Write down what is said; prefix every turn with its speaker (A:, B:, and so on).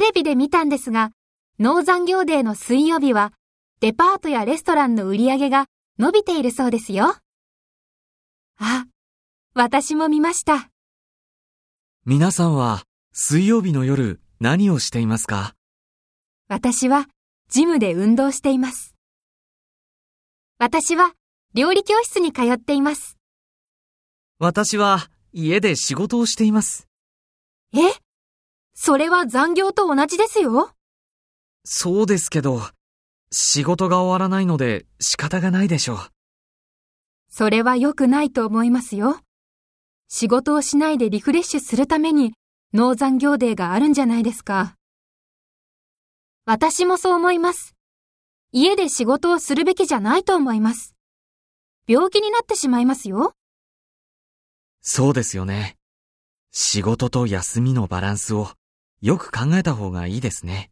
A: レビで見たんですが、農産業デーの水曜日は、デパートやレストランの売り上げが伸びているそうですよ。あ、私も見ました。
B: 皆さんは水曜日の夜何をしていますか
A: 私は、ジムで運動しています。私は、料理教室に通っています。
B: 私は家で仕事をしています。
A: えそれは残業と同じですよ。
B: そうですけど、仕事が終わらないので仕方がないでしょう。
A: それは良くないと思いますよ。仕事をしないでリフレッシュするために、農残業デーがあるんじゃないですか。私もそう思います。家で仕事をするべきじゃないと思います。病気になってしまいますよ。
B: そうですよね。仕事と休みのバランスをよく考えた方がいいですね。